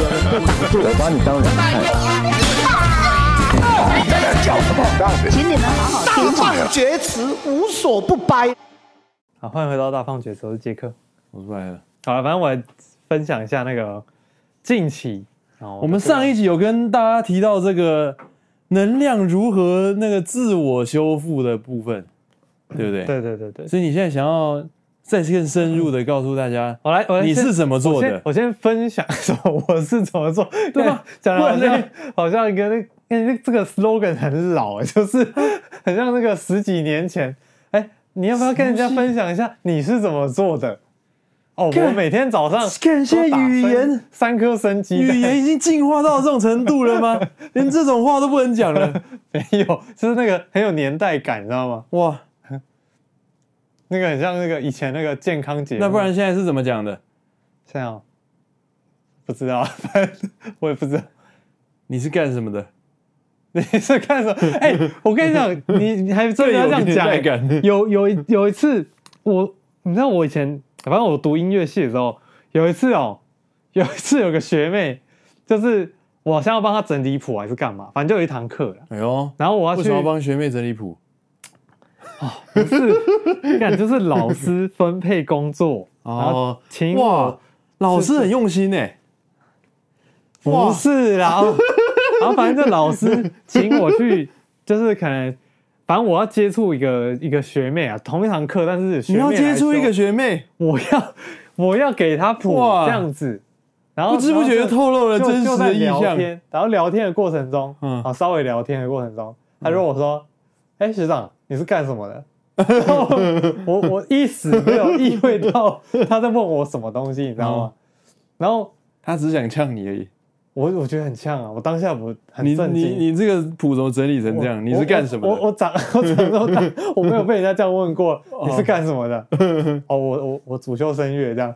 我把你当人看。请你们好好听话。厥词无所不掰。好，欢迎回到大放厥词，我是杰克。我出来了，好了，反正我来分享一下那个近期，然后我们上一集有跟大家提到这个能量如何那个自我修复的部分，对不对？。对对对对，所以你现在想要再更深入的告诉大家，我来我来你先是怎么做我的先？哦我先分享什么，我是怎么做，对吧？讲的好不然像好像跟那哎那这个 slogan 很老，欸就是啊很像那个十几年前。哎，你要不要跟人家分享一下你是怎么做的？哦，干我每天早上感谢都打语生言三颗生鸡蛋语言已经进化到这种程度了吗？连这种话都不能 讲了，没有，就是那个很有年代感，你知道吗？哇！ 那个很像那个以前那个健康节目，那不然现在是怎么讲的？这样不知道， 反正我也不知道。 你是干什么的？你是看什么？哎、我跟你讲，你你还真的要这样讲、哎对有年代感有有一有一次，我你知道我以前，反正我读音乐系的时候，有一次哦，有一次有个学妹，就是我好像要帮她整理谱还是干嘛，反正就有一堂课啦 哎呦，然后我要为去什么要帮学妹整理谱？是，看就是老师分配工作，然后哦，请我哇，老师很用心哎，哇不是啦，哦然后反正这老师请我去，就是可能，反正我要接触一个一个学妹啊，同一堂课，但是学你妹要接来触一个修，学妹，我要我要给她谱哇这样子，然后不知不觉透露了然后就 真哦就实在的意聊向。天，然后聊天的过程中，嗯嗯，啊，稍微聊天的过程中，他就问我说：“哎，学长，你是干什么的？” 然后我我一时没有意会到他在问我什么东西，你知道嗯吗？然后他只想呛你而已。我我觉得很呛啊，我当下我很你震你惊。你这个谱怎么整理成这样？你是干什么我我的？我长我长这么大，我没有被人家这样问过。你是干什么的？哦，我我我主修声乐这样。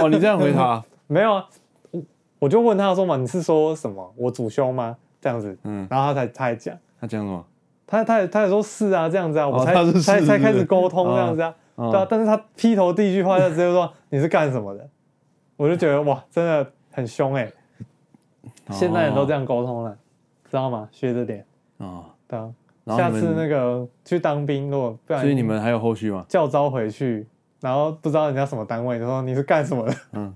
哦，你这样回答，没有啊，我我就问他说嘛，你是说什么？我主修吗？这样子，嗯然后他才他才讲，他讲什么？他他也他也说是啊，这样子啊，我才哦他是是才是才是开始沟通这样子啊，哦对啊，但是他劈头第一句话就直接说你是干什么的，我就觉得哇，真的很凶哎，现在人都这样沟通了，知道吗？学着点，哦。对啊，然下后你次那们，个去当兵，如果不然所以你们还有后续吗？教招回去，然后不知道人家什么单位，就说你是干什么的，嗯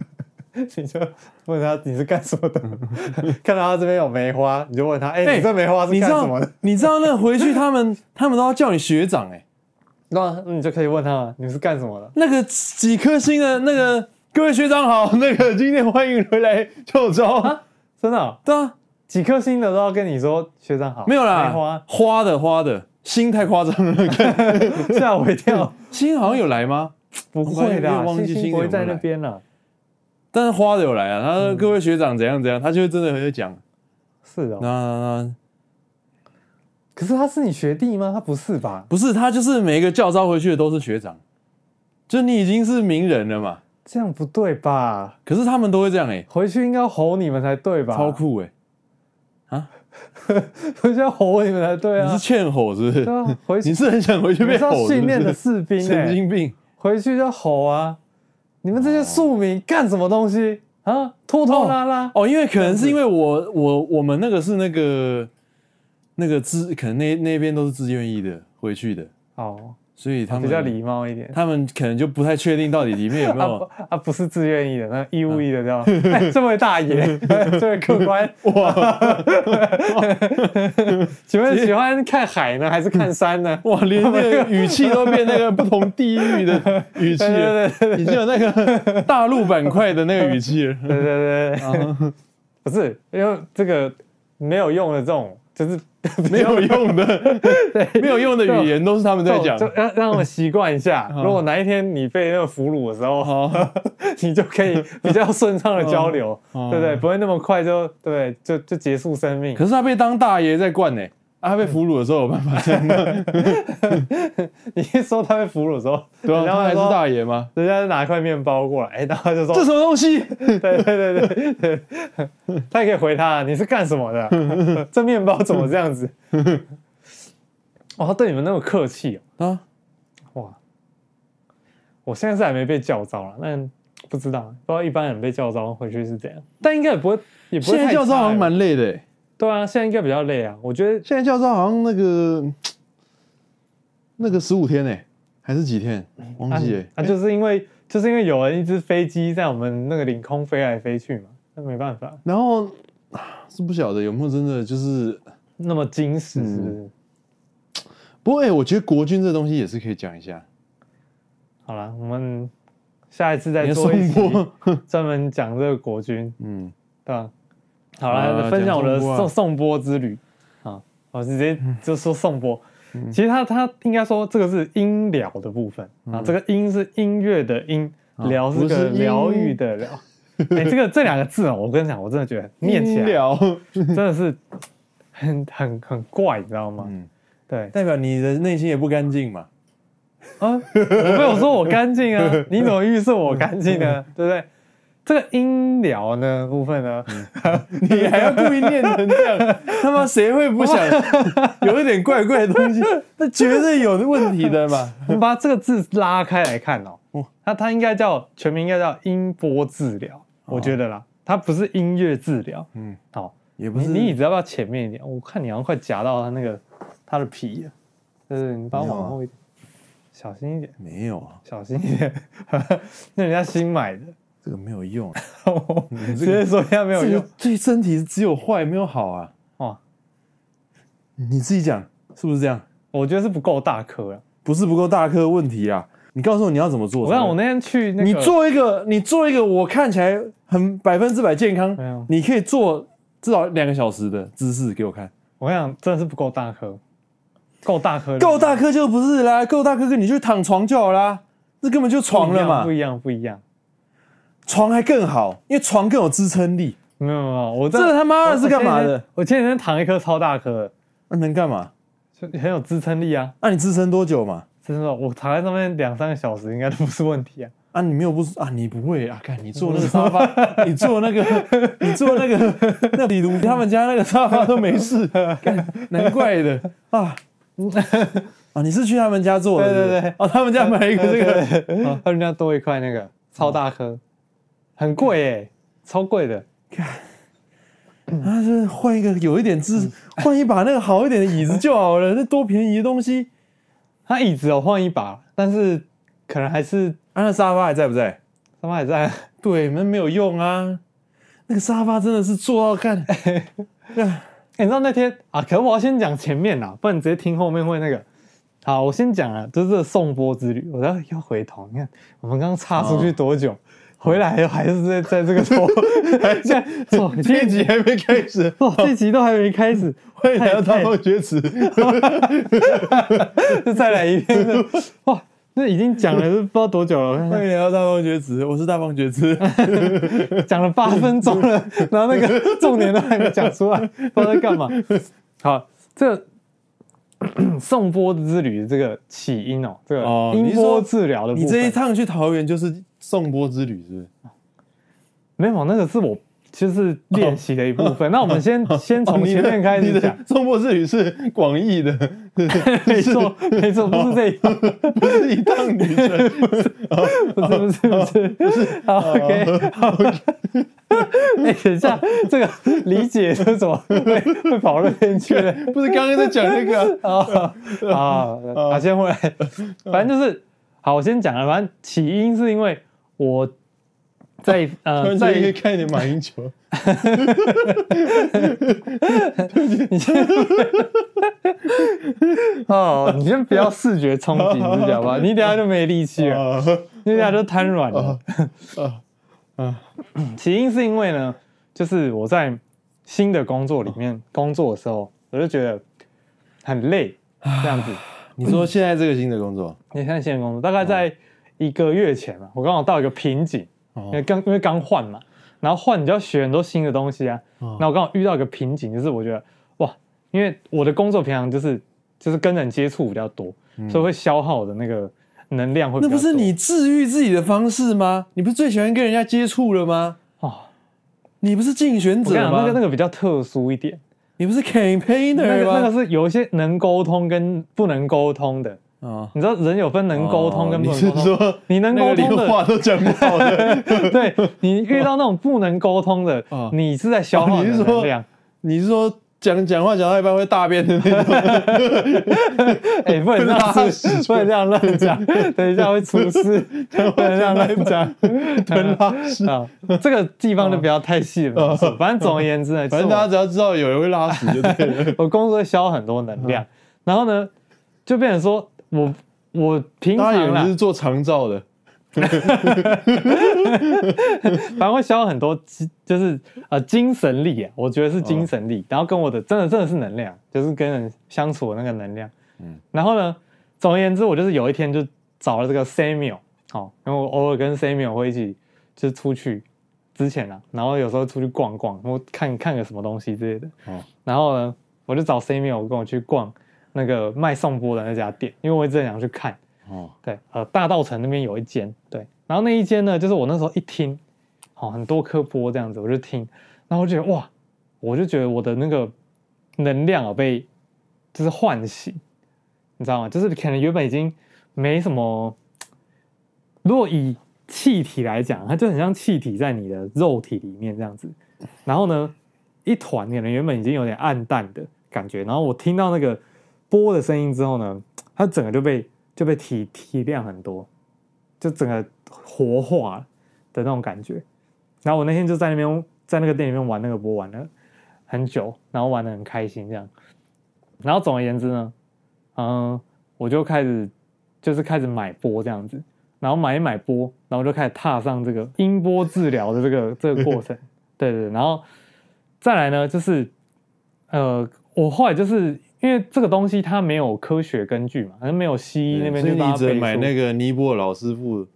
你就问他你是干什么的， 看到他这边有梅花，你就问他，哎、哎你这梅花是你知干什道么的？你知道那回去 他们他们都要叫你学长哎，那你就可以问他，你是干什么的？那个几颗星的 那个各位学长好，那个今天欢迎回来就招。真的哦、对啊，几颗星的都要跟你说学长好，没有啦梅花，花的花的，星太夸张 了，看吓我一跳，星好像有来吗？不会我啦也，忘记星星星不会有没有在那来边啊了，但是花的有来啊，他说各位学长怎样怎样，他就会真的很会讲。是嗯哦、那那那可是他是你学弟吗？他不是吧？不是他就是每一个教招回去的都是学长，就你已经是名人了嘛。这样不对吧？可是他们都会这样哎、回去应该吼你们才对吧？超酷哎、回去要吼你们才对你啊是！欠吼是不是？对啊，回去你是很想回去你被是要吼是训不练的是？士兵、欸，神经病！回去就吼啊！你们这些庶民干什么东西啊？拖拖拉拉，哦，因为可能是因为我我我们那个是那个那个自，可能那那边都是自愿意的回去的，哦，所以他们比较礼貌一点。他们可能就不太确定到底里面有没啊 有不啊，不是自愿意的，那义务役的，知道吗？哎这位大 爷，这位客官，嗯哇 请问喜欢看海呢，还是看山呢？哇，连那个语气都变那个不同地域的语气了， 对对对已经有那个大陆板块的那个语气了。对对对对，嗯 不是因为这个没有用的这种，就是 没有用 的，没有用的语言都是他们在讲就。让让我们习惯一下。 嗯如果哪一天你被那个俘虏的时候，哦， 你就可以比较顺畅的交流，嗯对不对？不会那么快就对，就就结束生命可。是他被当大爷在惯呢、啊，他被俘虏的时候有办法这样吗？你一说他被俘虏的时候， 对啊，人家他还是说大爷吗？人家拿一块面包过来，哎，然 后就说这，什么东 西？对对对对对，他也可以回他，你是干什么的？ 这面包怎么这样子？ 哦，他对你们那么客气啊，哦，哇！我现在是还没被叫招了，那不知道，不知道一般人被教招回去是怎样，但应该也不会，也不会现在太教招差好像吧蛮累的、欸，对啊，现在应该比较累啊。我觉得现在教招好像那个那个十五天呢、欸还是几天？忘记了、欸啊，就是因为就是因为有人一只飞机在我们那个领空飞来飞去嘛，那没办法，然后啊是不晓得有没有真的就是，那么惊世是不是？不过哎、欸我觉得国军这东西也是可以讲一下。好了，我们下一次你再的做一送期波，专门讲这个国军，嗯，对吧？好啊了，分享我的讲宋波啊送送波之旅啊，我直接就说送波。嗯其实他他应该说这个是音疗的部分啊，这个音是音乐的音，疗嗯啊不是是个音疗愈的 疗。哎，这个这两个字哦，我跟你讲，我真的觉得念起音来疗真的是很很很怪，你知道吗？嗯对代表你的内心也不干净嘛。啊，我没有说我干净啊， 你怎么预设我干净呢？嗯对不对？这个音疗呢部分呢， 你还要故意念 成这样，他妈谁会 不想有一点怪怪的 东西？那绝对有问题的嘛。我们把这个字拉开来看哦，它它应该叫全名应该叫音波治疗，我觉得啦，它不是音乐治疗。哦嗯，好，也不你是你椅子要不要前面一点？我看你好像快夹到它那个它的皮了，就是你把它没有啊往后一点，小心一点，没有啊，小心一点， 那人家新买的。这个没有用、啊， 直接说人家没有这用个对身体只有坏没有好啊。哦，你自己讲是不是这样？我觉得是不够大颗了。不是不够大颗问题啊！你告诉我你要怎么做？我看我那天去那个，你做一个，你做一个我看起来很百分之百健没有康，你可以做至少两个小时的姿势给我看。我想真的是不够大颗，够大颗的，够大颗就不是啦，够大颗跟你去躺床就好啦，这根本就床了嘛不，一样，不一样，床还更好，因为床更有支撑力。不一样没有没有没有，我这真的他妈我的是干嘛的？我前几天我前几天躺一颗超大颗的，那能干嘛？就很有支撑力啊，那、你支撑多久嘛？真的，我躺在上面两三个小时应该都不是问 题啊。啊，你没有不啊？你不会啊？看你坐那个沙发，你坐那 个，你坐那个，那李如他们家那个沙发都没事，干难怪的 啊。啊，你是去他们家坐 的？对对是不是对哦，他们家买一个这个，个，他们家多一块那个超大颗，很贵哎，超贵的。啊，就是换一个有一点姿，换一把那个好一点的椅子就好了，那多便宜的东西。他椅子有换一把，但是可能还是啊，那沙发还在不在？他妈还在。对，那没有用啊。那个沙发真的是坐到 看，欸你知道那天啊，可能我要先讲前面啦，不然你直接听后面会那个。好，我先讲啊，就是这个送波之旅，我要要回头。你看，我们刚刚岔出哦去多久，回来还是在在 这个头，现在哇你这一集还没开始，哇，这集都还没开 始，欢迎来到大太放厥词。就再来一遍的， 哇，那已经讲了是不知道多久了，我看欢迎来到大放厥词，我是大放 厥词。讲了八分钟了， 然后那个重点都还没讲出来，不知道在干嘛。好，这个送波之旅的这个起因哦，这个哦音你是波说治疗的部你分，这一趟去桃园就是送波之旅，是不是？没有那个是我就是练习的一部 分。那我们哦先先 从前面开你始的讲，送波之旅是广义的， 没错没错，不是这一套，不是一趟旅程。哦不是不是不是不是，好 OK 好 OK。哎，等一下，这个理解是怎么会会跑那边去了？不是刚刚在讲那 个啊、啊啊！哦啊，先回来，嗯反正就是好，我先讲了。反正起因是因为我在呃，突然间可以在看一点马英九，你先 哦，你先不要视觉冲击，你知道吧？你等一下就没力气了，啊你等一下就瘫软了。 啊啊！起因是因为呢，就是我在新的工作里面工作的时候，我就觉得很累，这样子。你说现在这个新的工作，你看现在工作大概在一个月前嘛，我刚好到一个瓶颈，哦因为刚因为刚换嘛，然后换你就要学很多新的东西啊。哦那我刚好遇到一个瓶颈，就是我觉得哇，因为我的工作平常就是就是跟人接触比较多，所以会消耗我的那个能量会比 嗯那较不是多你治愈自己的方式吗？你不是最喜欢跟人家接触了吗？哦，你不是竞选我跟你者讲吗？那个那个比较特殊一点，你不是 campaigner 那个那吗？个是有一些能沟通跟不能沟通的，啊，你知道人有分能沟通跟哦不你能是沟通，说你能那个沟通连话的，都讲不 好的，对你遇到那种不能沟通 的哦，你是在消哦耗你啊你是的说能量。你是说讲讲话讲到一半会大便的那种？哎、不能这样，拉屎 不能这样乱讲，等一下会出事， 不能这样乱讲，能拉屎 啊！这个地方就不要太细了哦， 反正总而言之呢，反正大家只要知道有人会拉 屎啊就对了。我工作会消耗很多能量，然后呢，就变成说我我平大家常以啊为啦你是，做长照的，反正会消耗很多精，就是呃精神力啊，我觉得是哦精神力，然后跟我的真的真的是能量，就是跟人相处的那个能量。嗯，然后呢，总而言之，我就是有一天就找了这个 Samuel，好、哦，然后我偶尔跟 Samuel 会一起就是出去之前啊，然后有时候出去逛逛，我看看个什么东西之类的。哦然后呢，我就找 Samuel 跟我去逛那个卖颂钵的那家店，因为我一直很想去看。哦，对，呃，大道城那边有一间，对，然后那一间呢，就是我那时候一听，哦，很多颗波这样子，我就听，然后我就觉得哇，我就觉得我的那个能量啊被就是唤醒，你知道吗？就是可能原本已经没什么，如果以气体来讲，它就很像气体在你的肉体里面这样子，然后呢，一团可能原本已经有点暗淡的感觉，然后我听到那个波的声音之后呢，它整个就被就被提提亮很多，就整个活化的那种感觉。然后我那天就在那边在那个店里面玩那个波，玩了很久，然后玩的很开心这样。然后总而言之呢，嗯，我就开始就是开始买波这样子，然后买一买波，然后就开始踏上这个音波治疗的这个 这个过程。对对，对然后再来呢，就是呃，我后来就是因为这个东西它没有科学根据嘛，没有西医那边所就以帮你他只能背买书那个尼泊尔老师傅，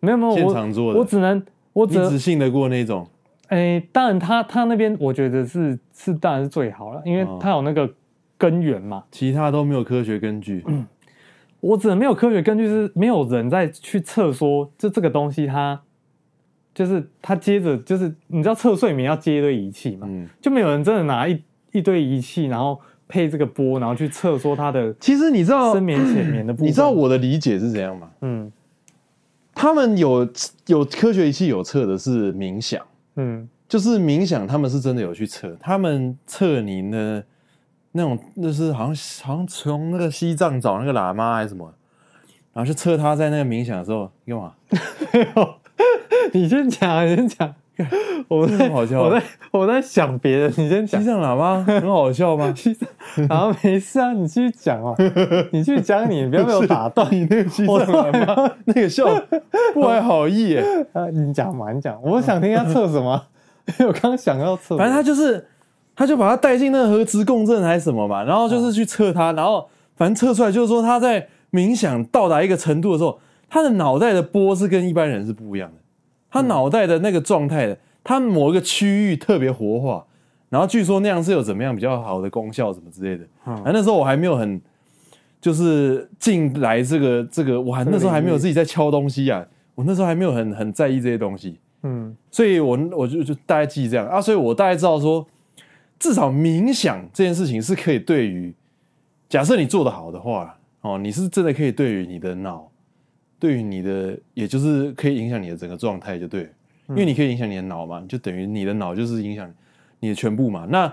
没有没有，我现场做的我只能我你只能只信得过那种。诶，当然他他那边我觉得是是当然是最好了，因为哦他有那个根源嘛。其他都没有科学根据。嗯我只能没有科学根据，是没有人在去测说，就这个东西它就是它接着就是你知道测睡眠要接一堆仪器嘛，嗯，就没有人真的拿一一堆仪器，然后配这个波，然后去测说它的其实你知道深，眠浅眠的部分。哦你知道我的理解是怎样吗？嗯他们有有科学仪器有测的是冥想，嗯就是冥想，他们是真的有去测，他们测你的那种，就是好像好像从那个西藏找那个喇嘛还是什么，然后去测他在那个冥想的时候你干嘛？你先讲，你先 讲，我在很嗯好笑我在我在想别的，你先讲 西。藏喇嘛很好笑 吗？西藏，然后没事啊，你继续讲 哦，你继续讲你，不要被我打断。你那个西藏我喇嘛那个笑不怀好意耶。啊，你讲嘛，你讲，我想听他测什么， 因为我刚想要测什么。反正他就是，他就把他带进那个核磁共振还是什么嘛，然后就是去测他，然后反正测出来就是说他在冥想到达一个程度的时候，他的脑袋的波是跟一般人是不一样的，他脑袋的那个状态的，他某一个区域特别活化，然后据说那样是有怎么样比较好的功效什么之类的。嗯啊然后那时候我还没有很。就是进来这个这个，我还那时候还没有自己在敲东西啊，我那时候还没有很很在意这些东西。嗯所以我我就就大概记这样啊，所以我大概知道说，至少冥想这件事情是可以对于，假设你做得好的话，哦，你是真的可以对于你的脑，对于你的，也就是可以影响你的整个状态，就对了，嗯因为你可以影响你的脑嘛，就等于你的脑就是影响你的全部嘛。那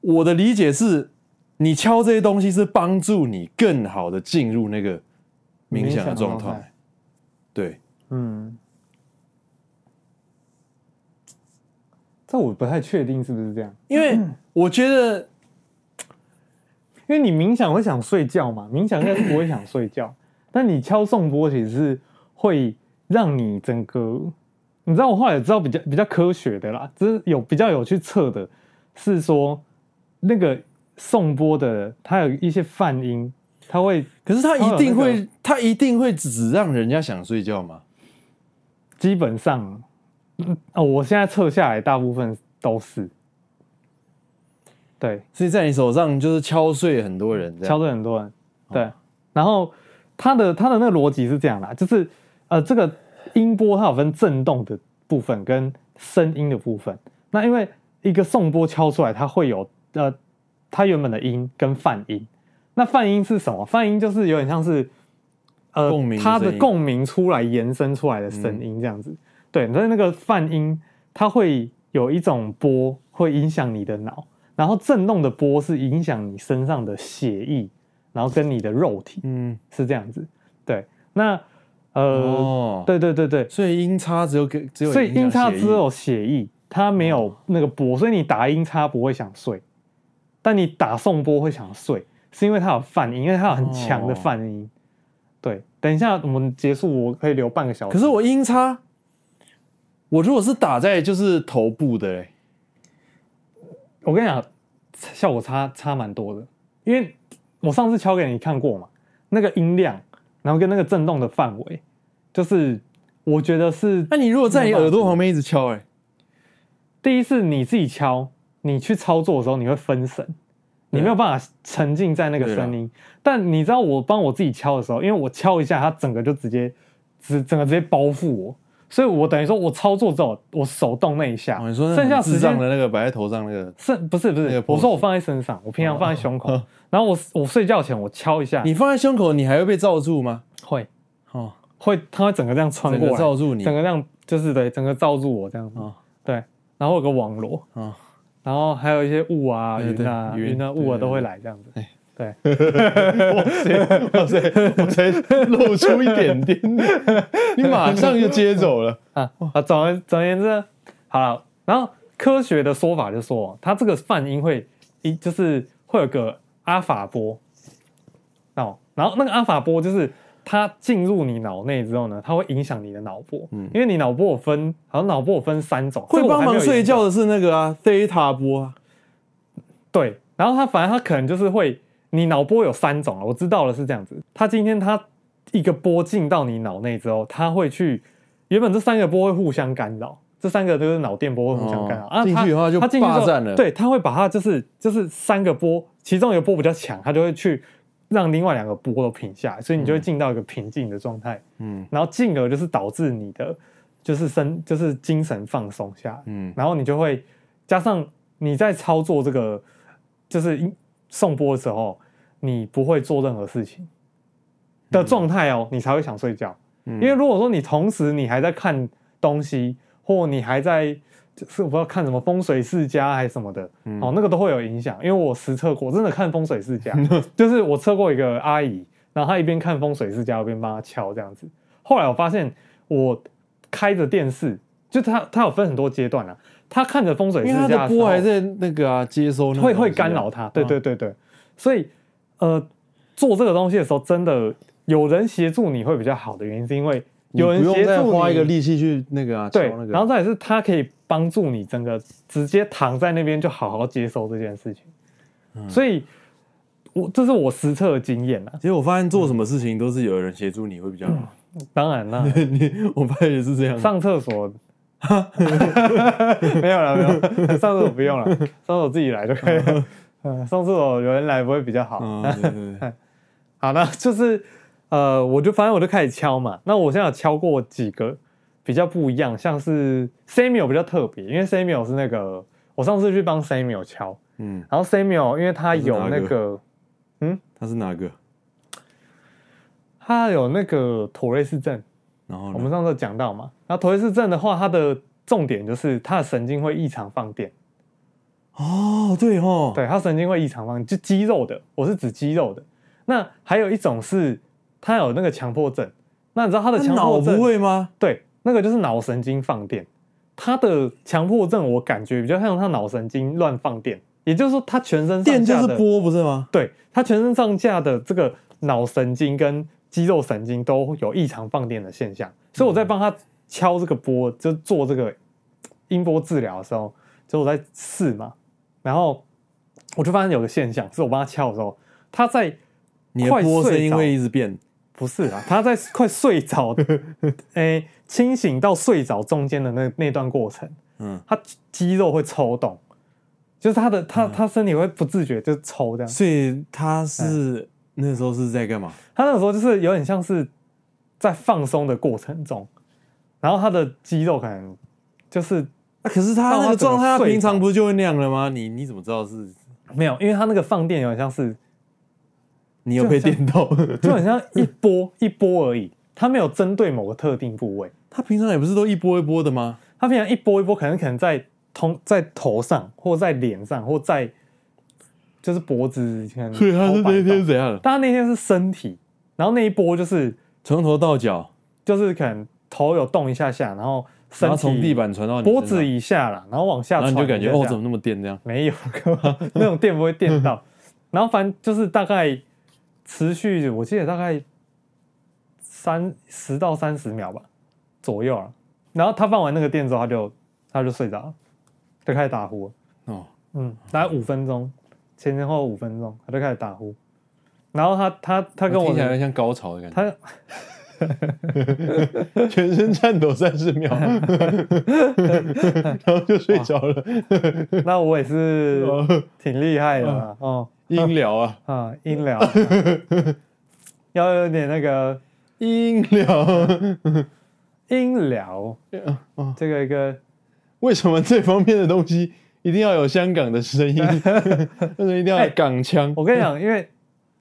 我的理解是，你敲这些东西是帮助你更好的进入那个冥想冥想的的状状态态，对，嗯，这我不太确定是不是这样，因为我觉得。因为你冥想会想睡觉嘛，冥想应该是不会想睡觉，但你敲送波其实是会让你整个，你知道我后来也知道比较比较科学的啦，就是有比较有去测的，是说那个送波的它有一些泛音，它会可是他他有一定那个会，他一定会只让人家想睡觉吗？基本上，嗯哦，我现在测下来大部分都是，对，所以在你手上就是敲碎很多人这样，敲对很多人，哦对。然后它的它的那个逻辑是这样啦，就是呃，这个音波它有分震动的部分跟声音的部分。那因为一个送波敲出来，它会有呃，它原本的音跟泛音，那泛音是什么？泛音就是有点像是呃共鸣的它的声音嗯共鸣出来延伸出来的声音这样子。对，所以那个泛音它会有一种波会影响你的脑，然后震动的波是影响你身上的血液，然后跟你的肉体嗯，是这样子。对，那呃，哦，，对对对对，所以音差只有给只有所以音影叉响哦只血液有血液，它没有那个波，所以你打音叉不会想睡，但你打送波会想睡，是因为它有泛音，因为它有很强的哦泛音。对，等一下我们结束，我可以留半个小时。可是我音差，我如果是打在就是头部的、欸，我跟你讲，效果差差蛮多的，因为我上次敲给你看过嘛，那个音量，然后跟那个震动的范围，就是我觉得是那你如果在你耳朵旁边一直敲、欸，哎，第一是你自己敲，你去操作的时候你会分神，你没有办法沉浸在那个啊声音。但你知道我帮我自己敲的时候，因为我敲一下，它整个就直接直整个直接包覆我，所以我等于说我操作之后，我手动啊那一下，哦，你说那剩下很时智障间的那个摆在头上那个，剩不是不那是个，pose 我说我放在身上，我平常放在胸口，哦 然后我我睡觉前我敲一下，你放在胸口，你还会被罩住吗？会哦，会它会整个这样穿整过个来，罩住你，整个这样就是对，整个罩住我这样子，哦对，然后有个网罗，哦然后还有一些雾啊、对对云啊、云云啊、对雾啊对都会来这样子。对，哇塞，哇塞， 我才露出一 点点，你马上就接走了。啊啊，总而总而言之，好了，然后科学的说法就说，它这个泛音会一就是会有个阿法波哦，然后那个阿法波就是它进入你脑内之后呢，它会影响你的脑波，因为你脑波有分，好像脑波有分三种，嗯会这个我帮还没有忙睡研究觉的是那个啊，theta 波啊，对，然后他反正他可能就是会，你脑波有三种啊，我知道了是这样子。他今天他一个波进到你脑内之后，他会去，原本这三个波会互相干扰，这三个都是脑电波会互相干扰、哦啊。进去他以后他就他进去之后霸占了对，他会把它就是就是三个波，其中一个波比较强，他就会去让另外两个波都平下来，所以你就会进到一个平静的状态，嗯然后进而就是导致你的就是身就是精神放松下来。嗯，然后你就会加上你在操作这个就是音送波的时候，你不会做任何事情的状态哦，你才会想睡觉。因为如果说你同时你还在看东西，或你还在就是我不知道看什么风水世家还是什么的，嗯哦，那个都会有影响。因为我实测过，真的看风水世 家，就是我测过一个阿姨，然后她一边看风水世家，我一边帮她敲这样子。后来我发现我开着电视，就她她有分很多阶段啊，她看着风水因为世它家的时候波还在那个啊接收那个东会西啊，会干扰他。对对对对，所以呃，做这个东西的时候，真的有人协助你会比较好的原因，是因为你有人不协用再助花一个你力气去那个啊，对敲那，个，然后再来是他可以帮助你整个直接躺在那边就好好接受这件事情。嗯所以，我这是我实测的经验啊。其实我发现做什么事情都是有人协助你会比较好。当然 啦，你我发现也是这样。嗯上厕所。 没有了，没有上厕所不用了，上厕所自己来就可以 了。嗯，上厕所有人来不会比较好。嗯， 对对对，好，那就是呃，我就反正我就开始敲嘛。那我现在有敲过几个比较不一样，像是 Samuel 比较特别，因为 Samuel 是那个我上次去帮 Samuel 敲，嗯，然后 Samuel 因为他有那他是哪个他是哪个？他有那个妥瑞氏症，然后我呢们上次有讲到嘛。然后妥瑞氏症的话，它的重点就是他的神经会异常放电，哦，对哦，对，它神经会异常放电，就肌肉的，我是指肌肉的。那还有一种是他有那个强迫症，那你知道他的那强脑迫症不会吗？对，那个就是脑神经放电。他的强迫症，我感觉比较像他脑神经乱放电，也就是说，他全身上电就下是的，波不是吗？对他全身上下的这个脑神经跟肌肉神经都有异常放电的现象。所以我在帮他敲这个波，就做这个音波治疗的时候，就我在试嘛，然后我就发现有个现象，是我帮他敲的时候，他在你的快波睡声音着会一直变。不是啊，他在快睡着， 诶、清醒到睡着中间的那那段过程，嗯，他肌肉会抽动，就是他的他他身体会不自觉就抽这样。所以他嗯是那时候是在干嘛？他那个时候就是有点像是在放松的过程中，然后他的肌肉可能就是啊，可是他到那他个整个状态，他睡平常着不是就会那样了吗？你你怎么知道是？ 没有，因为他那个放电有点像是你又被电到。就很像一波一波而已，它没有针对某个特定部位， 他平常也不是都一波一波的吗？它平常一波一波，可能可能在通在头上，或在脸上，或在就是脖子，可能所以他是头那板天上，怎样？但他那天是身体，然后那一波就是从头到脚，就是可能头有动一下下，然后身然体后从地板传到你脖身子上，以下啦，然后往下然后传你一下就下，感觉哦，怎么那么电这样？没有， 干嘛那种电不会电 到。然后反正就是大概持续，我记得大概三十到三十秒吧左右啊。然后他放完那个电之后，他就他就睡着了，就开始打呼了。哦，嗯，大概五分钟，前前后后五分钟，他就开始打呼。然后他他他跟我听起来有的点像高潮的感觉，他全身颤抖三十 秒，然后就睡着了，那我也 是哦挺厉害的啦哦音疗啊，啊，音疗要有点那个 音疗。音疗，呃哦这个一个为什么这方面的东西一定要有香港的声 音？为什么一定要有港腔？我跟你讲，因为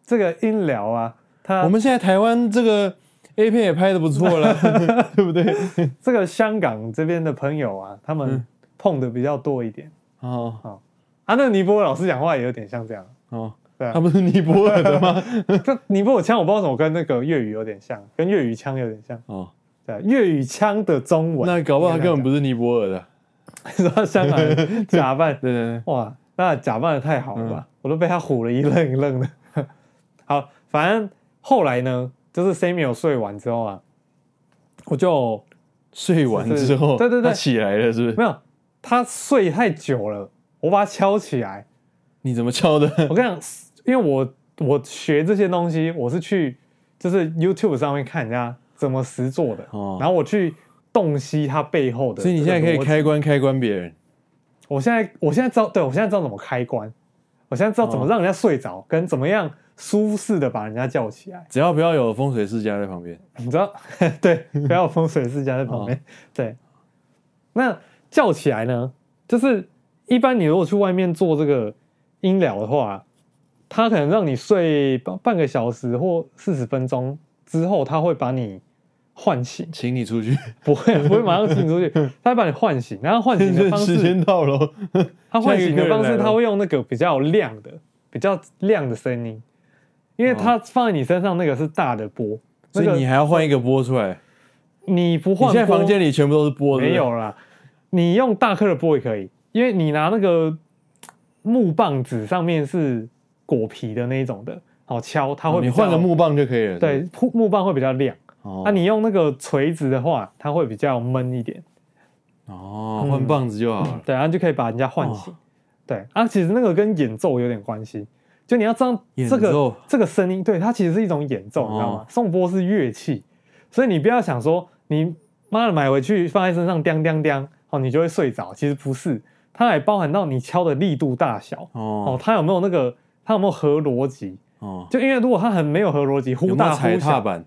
这个音疗啊，它我们现在台湾这个 A 片也拍的不错了， 对不对？这个香港这边的朋友啊，他嗯们碰的比较多一点、哦啊。那尼泊尔老师讲话也有点像这样，哦，对啊他不是尼泊尔的 吗？这尼泊尔腔我不知道怎么跟那个粤语有点像，跟粤语腔有点像，哦，对啊，粤语腔的中 文。那搞不好他根本不是是尼泊尔的。说香港人假扮， 对对对，哇，那假扮的太好了嗯吧，我都被他唬了一愣一愣的。 好，反正后来呢，就是 Samuel 睡完之后啊，我就睡完之后，对对对他起来了，是不是？没有，他睡太久了，我把他敲起来。你怎么敲的？我跟你讲，因为我我学这些东西，我是去就是 YouTube 上面看人家怎么实做的，哦然后我去洞悉它背后的。 所以你现在可以，开关开关别人，我现在我现在知道，对我现在知道怎么开关，我现在知道怎么哦让人家睡着，跟怎么样舒适的把人家叫起来。只要不要有风水世家在旁边。你知道， 对，不要有风水世家在旁哦边。对，那叫起来呢，就是一般你如果去外面做这个音疗的话，它可能让你睡半半个小时或四十分钟之后，它会把你唤醒， 请你出去，不会不会马上请你出 去，它会把你唤醒，然后唤醒的方时式，间到了哦，它唤醒的方下一个客人来式，了它会用那个比较亮的、比较亮的声音，因为它放在你身上那个是大的波。哦所以那个你还要换一个波出来。你不你换现在锅房间里全部都是波，没对不对有啦，你用大颗的波也可以，因为你拿那个木棒子上面是果皮的那一种的，好敲，它会哦比你较、换个木棒就可以了。对木木棒会比较亮。哦，那、啊、你用那个锤子的话，它会比较闷一点，嗯哦，换棒子就好了。对，然后就可以把人家唤醒。对，啊，其实那个跟演奏有点关系，就你要知道演这个奏这个声音，对，它其实是一种演奏，你知道吗哦？颂钵是乐器，所以你不要想说你妈的买回去放在身上叮叮叮，哦，你就会睡着。其实不是，它还包含到你敲的力度大小，哦哦，它有没有那个，它有没有合逻辑？哦，就因为如果它很没有合逻辑，忽有没有大踩忽踏小，板？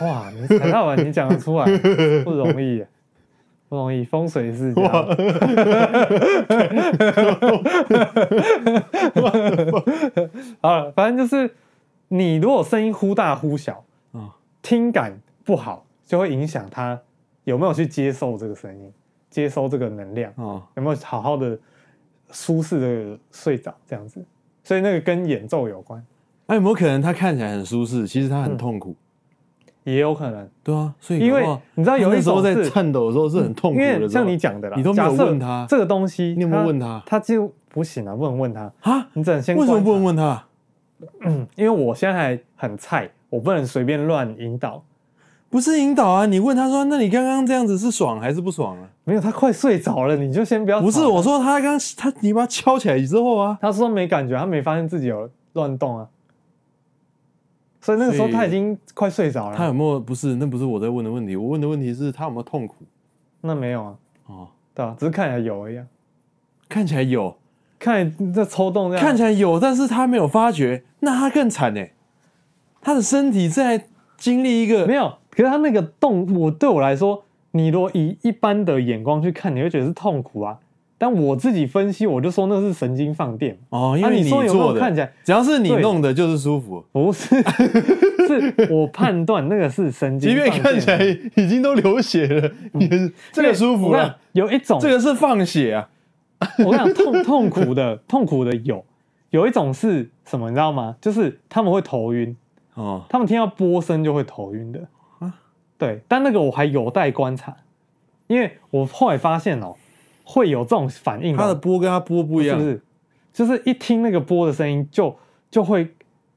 哇，你踩踏板你讲得出来不容易耶，不容易，风水世家。啊，反正就是你如果声音忽大忽小，嗯听感不好，就会影响他有没有去接受这个声音，接收这个能量，哦，有没有好好的舒适的睡着这样子。所以那个跟演奏有关，哎那有没有可能他看起来很舒适，其实他嗯很痛苦？也有可能，对啊，所以因为搞不好你知道有一他那时候种在是颤抖的时候是很痛苦因的时候，为像你讲的啦，你都没有假设问他这个东西，你有没有问他他就不行啊，不能问他，啊，你只能先为什观察嗯么不能问他？因为我现在还很菜，我不能随便乱引导。不是引导啊，你问他说，那你刚刚这样子是爽还是不爽啊？没有，他快睡着了，你就先不要。不是，我，说他刚他你把他敲起来之后啊，他说没感觉，他没发现自己有乱动啊。所以那个时候所以他已经快睡着了。他有没有不是？那不是我在问的问题，我问的问题是他有没有痛苦？那没有啊，哦，对吧、只是看起来有而已、啊，看起来有，看起来在抽动这样。看起来来有，但是他没有发觉，那他更惨哎，他的身体在经历一个 没有，可是他那个动，我对我来说，你如果以一般的眼光去看，你会觉得是痛苦啊。但我自己分析，我就说那是神经放电，哦，因为啊你说有没有做的，看起来只要是你对弄的，就是舒服。不是， 是我判断那个是神经即放电。便看起来已经都流血了，你的这个舒服我跟你了讲，有一种这个是放血啊。 我跟你讲痛痛苦的痛苦的有，有一种是什么你知道吗？就是他们会头晕，哦，他们听到波声就会头晕的啊对，但那个我还有待观察，因为我后来发现哦，会有这种反应哦、它的波跟它波不一是样不，是？就是一听那个波的声音就就会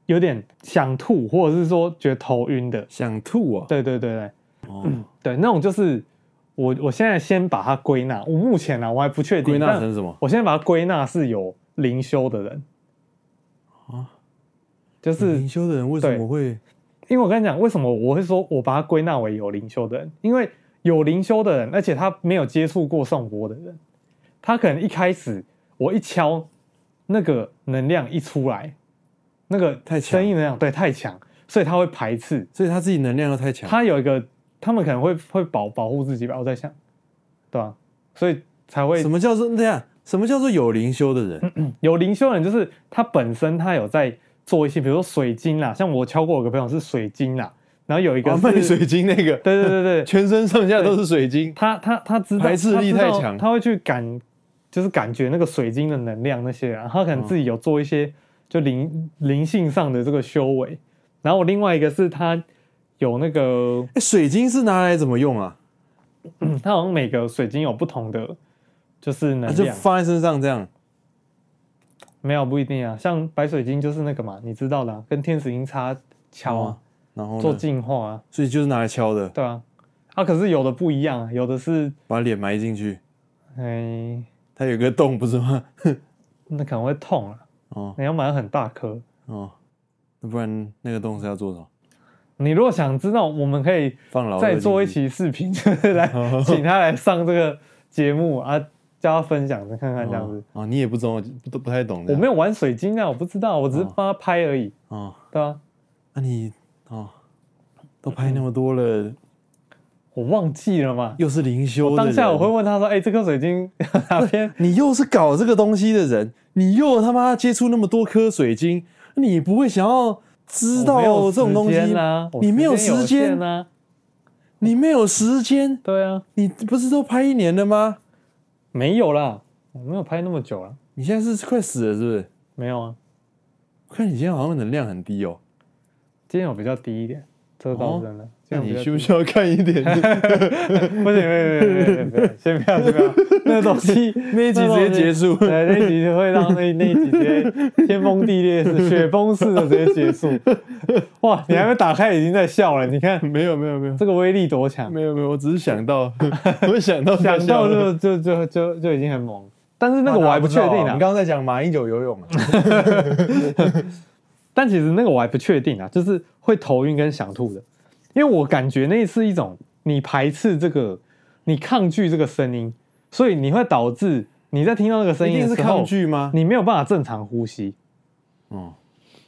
有点想吐，或者是说觉得头晕的。想吐啊。对对对对哦， 对，那种就是我我现在先把它归纳，我目前呢、啊、我还不确定归纳但成什么？我先把它归纳是有灵修的人啊，就是灵修的人为什对么会？因为我跟你讲，为什么我会说我把它归纳为有灵修的人？因为有灵修的人，而且他没有接触过送波的人，他可能一开始我一敲，那个能量一出来，那个太强声音能量对太强，所以他会排斥。所以他自己能量又太强。他有一个，他们可能会会保保护自己吧，我在想，对吧、所以才会什么叫做这样？什么叫做有灵修的人？有灵修人，就是他本身他有在做一些，比如说水晶啦，像我敲过有个朋友是水晶啦，然后有一个哦是、卖水晶那 个，对对对对，全身上下都是水晶。他他他知道排斥力他知道太强他会去感，就是感觉那个水晶的能量那些啊，他嗯可能自己有做一些就灵灵性上的这个修为。然后另外一个是他有那个，嗯哎，水晶是拿来怎么用啊？他好像每个水晶有不同的就是啊能就量，放在身上这样。没有不一定啊。像白水晶就是那个嘛，你知道的啊、跟天使银叉敲啊，然后做呢？净化啊，所以就是拿来敲的，对啊。啊，可是有的不一样啊，有的是把脸埋进去，哎、它有个洞不是吗？那可能会痛啊，哦你要买很大颗。哦，那不然那个洞是要做什么？你如果想知道，我们可以放老二再做一期进去。视频， 就是来请他来上这个节目啊，叫他分享看看这样子哦。哦，你也不懂，不不太懂的。我没有有玩水晶啊，我不知道，我只是帮他拍而已，哦，对啊，那你哦，都拍那么多了，我忘记了嘛。又是灵修的人当下我会问他说：“哎、这颗水 晶哪边你又是搞这个东西的人，你又他妈接触那么多颗水晶，你不会想要知道这种东西？啦？啊我你没有时时间间，啊？你没有时间，对啊，你不是都拍一年了吗？没有啦，我没有拍那么久了，你现在是快死了是不是？没有啊。我看你现在好像能量很低哦，今天我比较低一点，这个倒是真的。今那天我你比较需低不需要看一 点？不行，不行，不行，不行，不行，先不要，先不要， 那东西那一集直接结 束对，那一集就会让那那一集直接天崩地裂式、雪崩式的直接结束。哇，你还没打开已经在笑了，你看没有没有没有这个威力多强，没有没有，我只是想 到，我想到想到笑了就就就就就已经很猛。但是那个我还不确定你啊刚，刚在讲马英九游泳啊，但其实那个我还不确定啊，就是会头晕跟想吐的，因为我感觉那是一种你排斥这个，你抗拒这个声音，所以你会导致你在听到那个声一音定的是时候抗，拒吗？你没有办法正常呼吸。哦，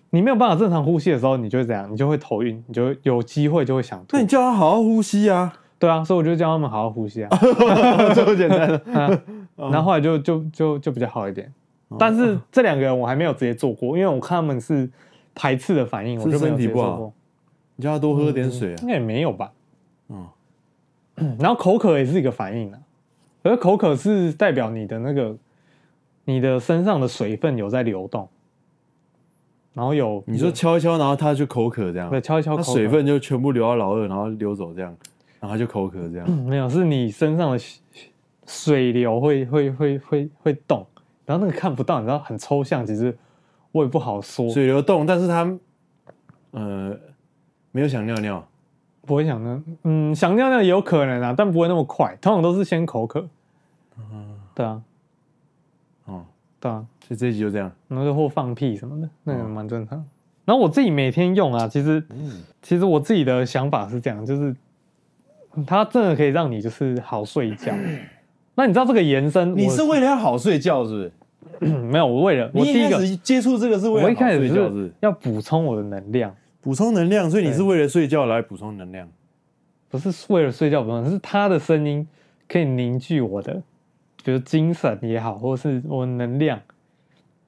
你没有办法正常呼吸的时候，你就会怎样？你就会头晕，你就会有机会就会想吐那。你叫他好好呼吸啊，对啊，所以我就叫他们好好呼吸啊。 这么简单 哦了。啊然后后来就就就就比较好一点。哦但是这两个人我还没有直接做过，因为我看他们是排斥的反应，是我就没有直接身体不做好过。你叫他多喝点水啊应。该也没有吧。嗯，然后口渴也是一个反应啊，而口渴是代表你的那个你的身上的水分有在流动，然后有你说敲一敲，然后他就口渴这样，对敲一敲他口渴水分就全部流到老二，然后流走这样，然后他就口渴这样。嗯没有，是你身上的水水流会会会会会动，然后那个看不到，你知道很抽象，其实我也不好说，水流动，但是他呃没有想尿尿，不会想呢，嗯，想尿尿也有可能啊，但不会那么快，通常都是先口渴，对啊，嗯哦，对啊，所以这一集就这样。然后就或放屁什么的，那哦个蛮正常。然后我自己每天用啊，其实嗯其实我自己的想法是这样，就是它真的可以让你就是好睡一 觉。那你知道这个延伸我，你是为了要好睡觉是不是？ 没有我为了我你第一一开个始接触这个是为我一了好开睡始觉是不是是？要补充我的能量，补充能量，所以你对是为了睡觉来补充能量。不是为了睡觉不用，是他的声音可以凝聚我的比如精神也好，或是我能量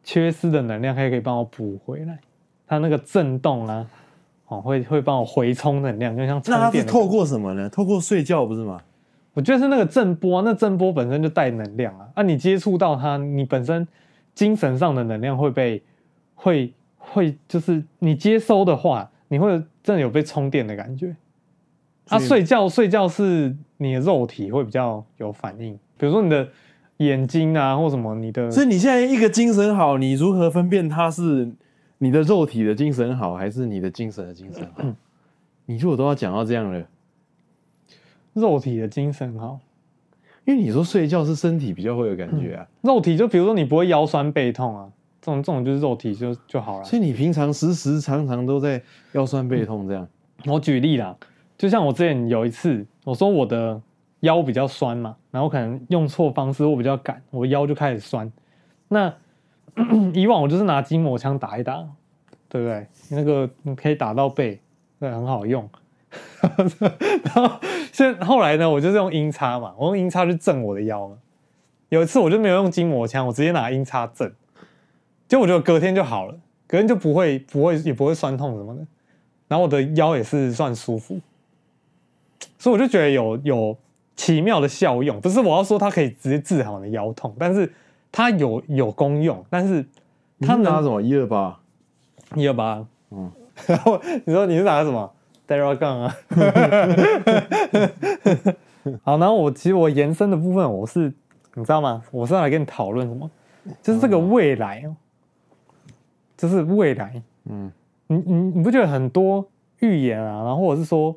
缺失的能量，它也可以帮我补回来。它那个震动啊，哦，会会帮我回充能量，就像充那它是电的透过什么呢？透过睡觉不是吗？我觉得是那个震波、啊，那震波本身就带能量啊，啊，你接触到它，你本身精神上的能量会被会会就是你接收的话，你会真的有被充电的感觉。啊，所以睡觉睡觉是你的肉体会比较有反应，比如说你的眼睛啊，或什么你的，所以你现在一个精神好，你如何分辨它是你的肉体的精神好，还是你的精神的精神好？你如果都要讲到这样了，肉体的精神哈，因为你说睡觉是身体比较会有感觉啊，肉体就比如说你不会腰酸背痛啊，这种这种就是肉体就就好了。所以你平常时时常常都在腰酸背痛这样。我举例啦，就像我之前有一次，我说我的腰比较酸嘛，然后可能用错方式，我比较赶，我腰就开始酸。那 以往我就是拿筋膜枪打一打，对不对？那个你可以打到背，对，很好用。 然后现后来呢，我就是用音叉嘛，我用音叉去震我的腰嘛。有一次我就没有用筋膜枪，我直接拿音叉震，结果我觉得隔天就好了，隔天就不会不会也不会酸痛什么的。然后我的腰也是算舒服，所以我就觉得有有奇妙的效用。不是我要说它可以直接治好你的腰痛，但是它有有功用，但是它他拿能什么一二八？一二八，嗯嗯， 然后你说你是打什么 d a r a g u n 啊？ 好，然后我其实我延伸的部分，我是你知道吗？我是要来跟你讨论什么？就是这个未来，哦，就是未来，嗯，你你你不觉得很多预言啊，然后或者是说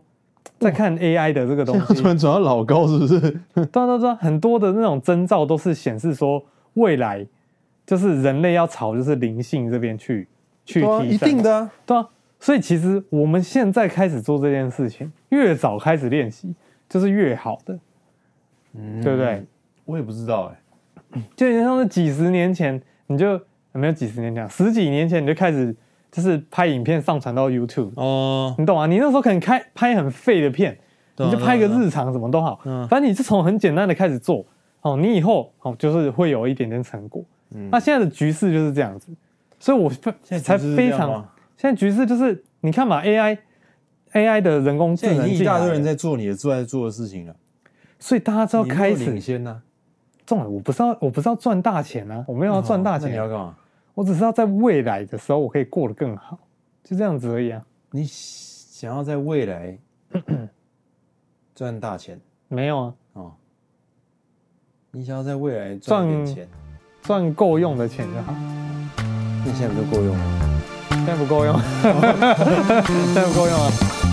在看 AI 的这个东西突，然转到老高是不是？对啊对啊对啊，很多的那种征兆都是显示说未来就是人类要朝就是灵性这边去去提对啊升，一定的啊。对啊，所以其实我们现在开始做这件事情，越早开始练习，就是越好的，对不对？ 我也不知道哎、就有点像是几十年前，你就没有几十年前啊，十几年前你就开始就是拍影片上传到 YouTube，哦，你懂啊？你那时候可能开拍很废的片，对啊你就拍个对啊对日常什么都好，嗯反正你就从很简单的开始做，哦，你以后哦就是会有一点点成果。嗯那现在的局势就是这样子，所以我现在才局势是非这样常吗现在局势就是你看嘛，AI AI 的人工智现在能已经一进来大堆人了，在做你的做在做的事情了，所以大家知道你没有开领始先呢、重点，我不是要我不是要赚大钱啊，我没有要啊，赚大那你钱啊、要干嘛？我只是要在未来的时候我可以过得更好，就这样子而已啊。你想要在未来赚大钱没有啊，哦，你想要在未来赚赚点钱，赚够用的钱就好，那现在不就够用了？ 现在不够用，现在不够用啊。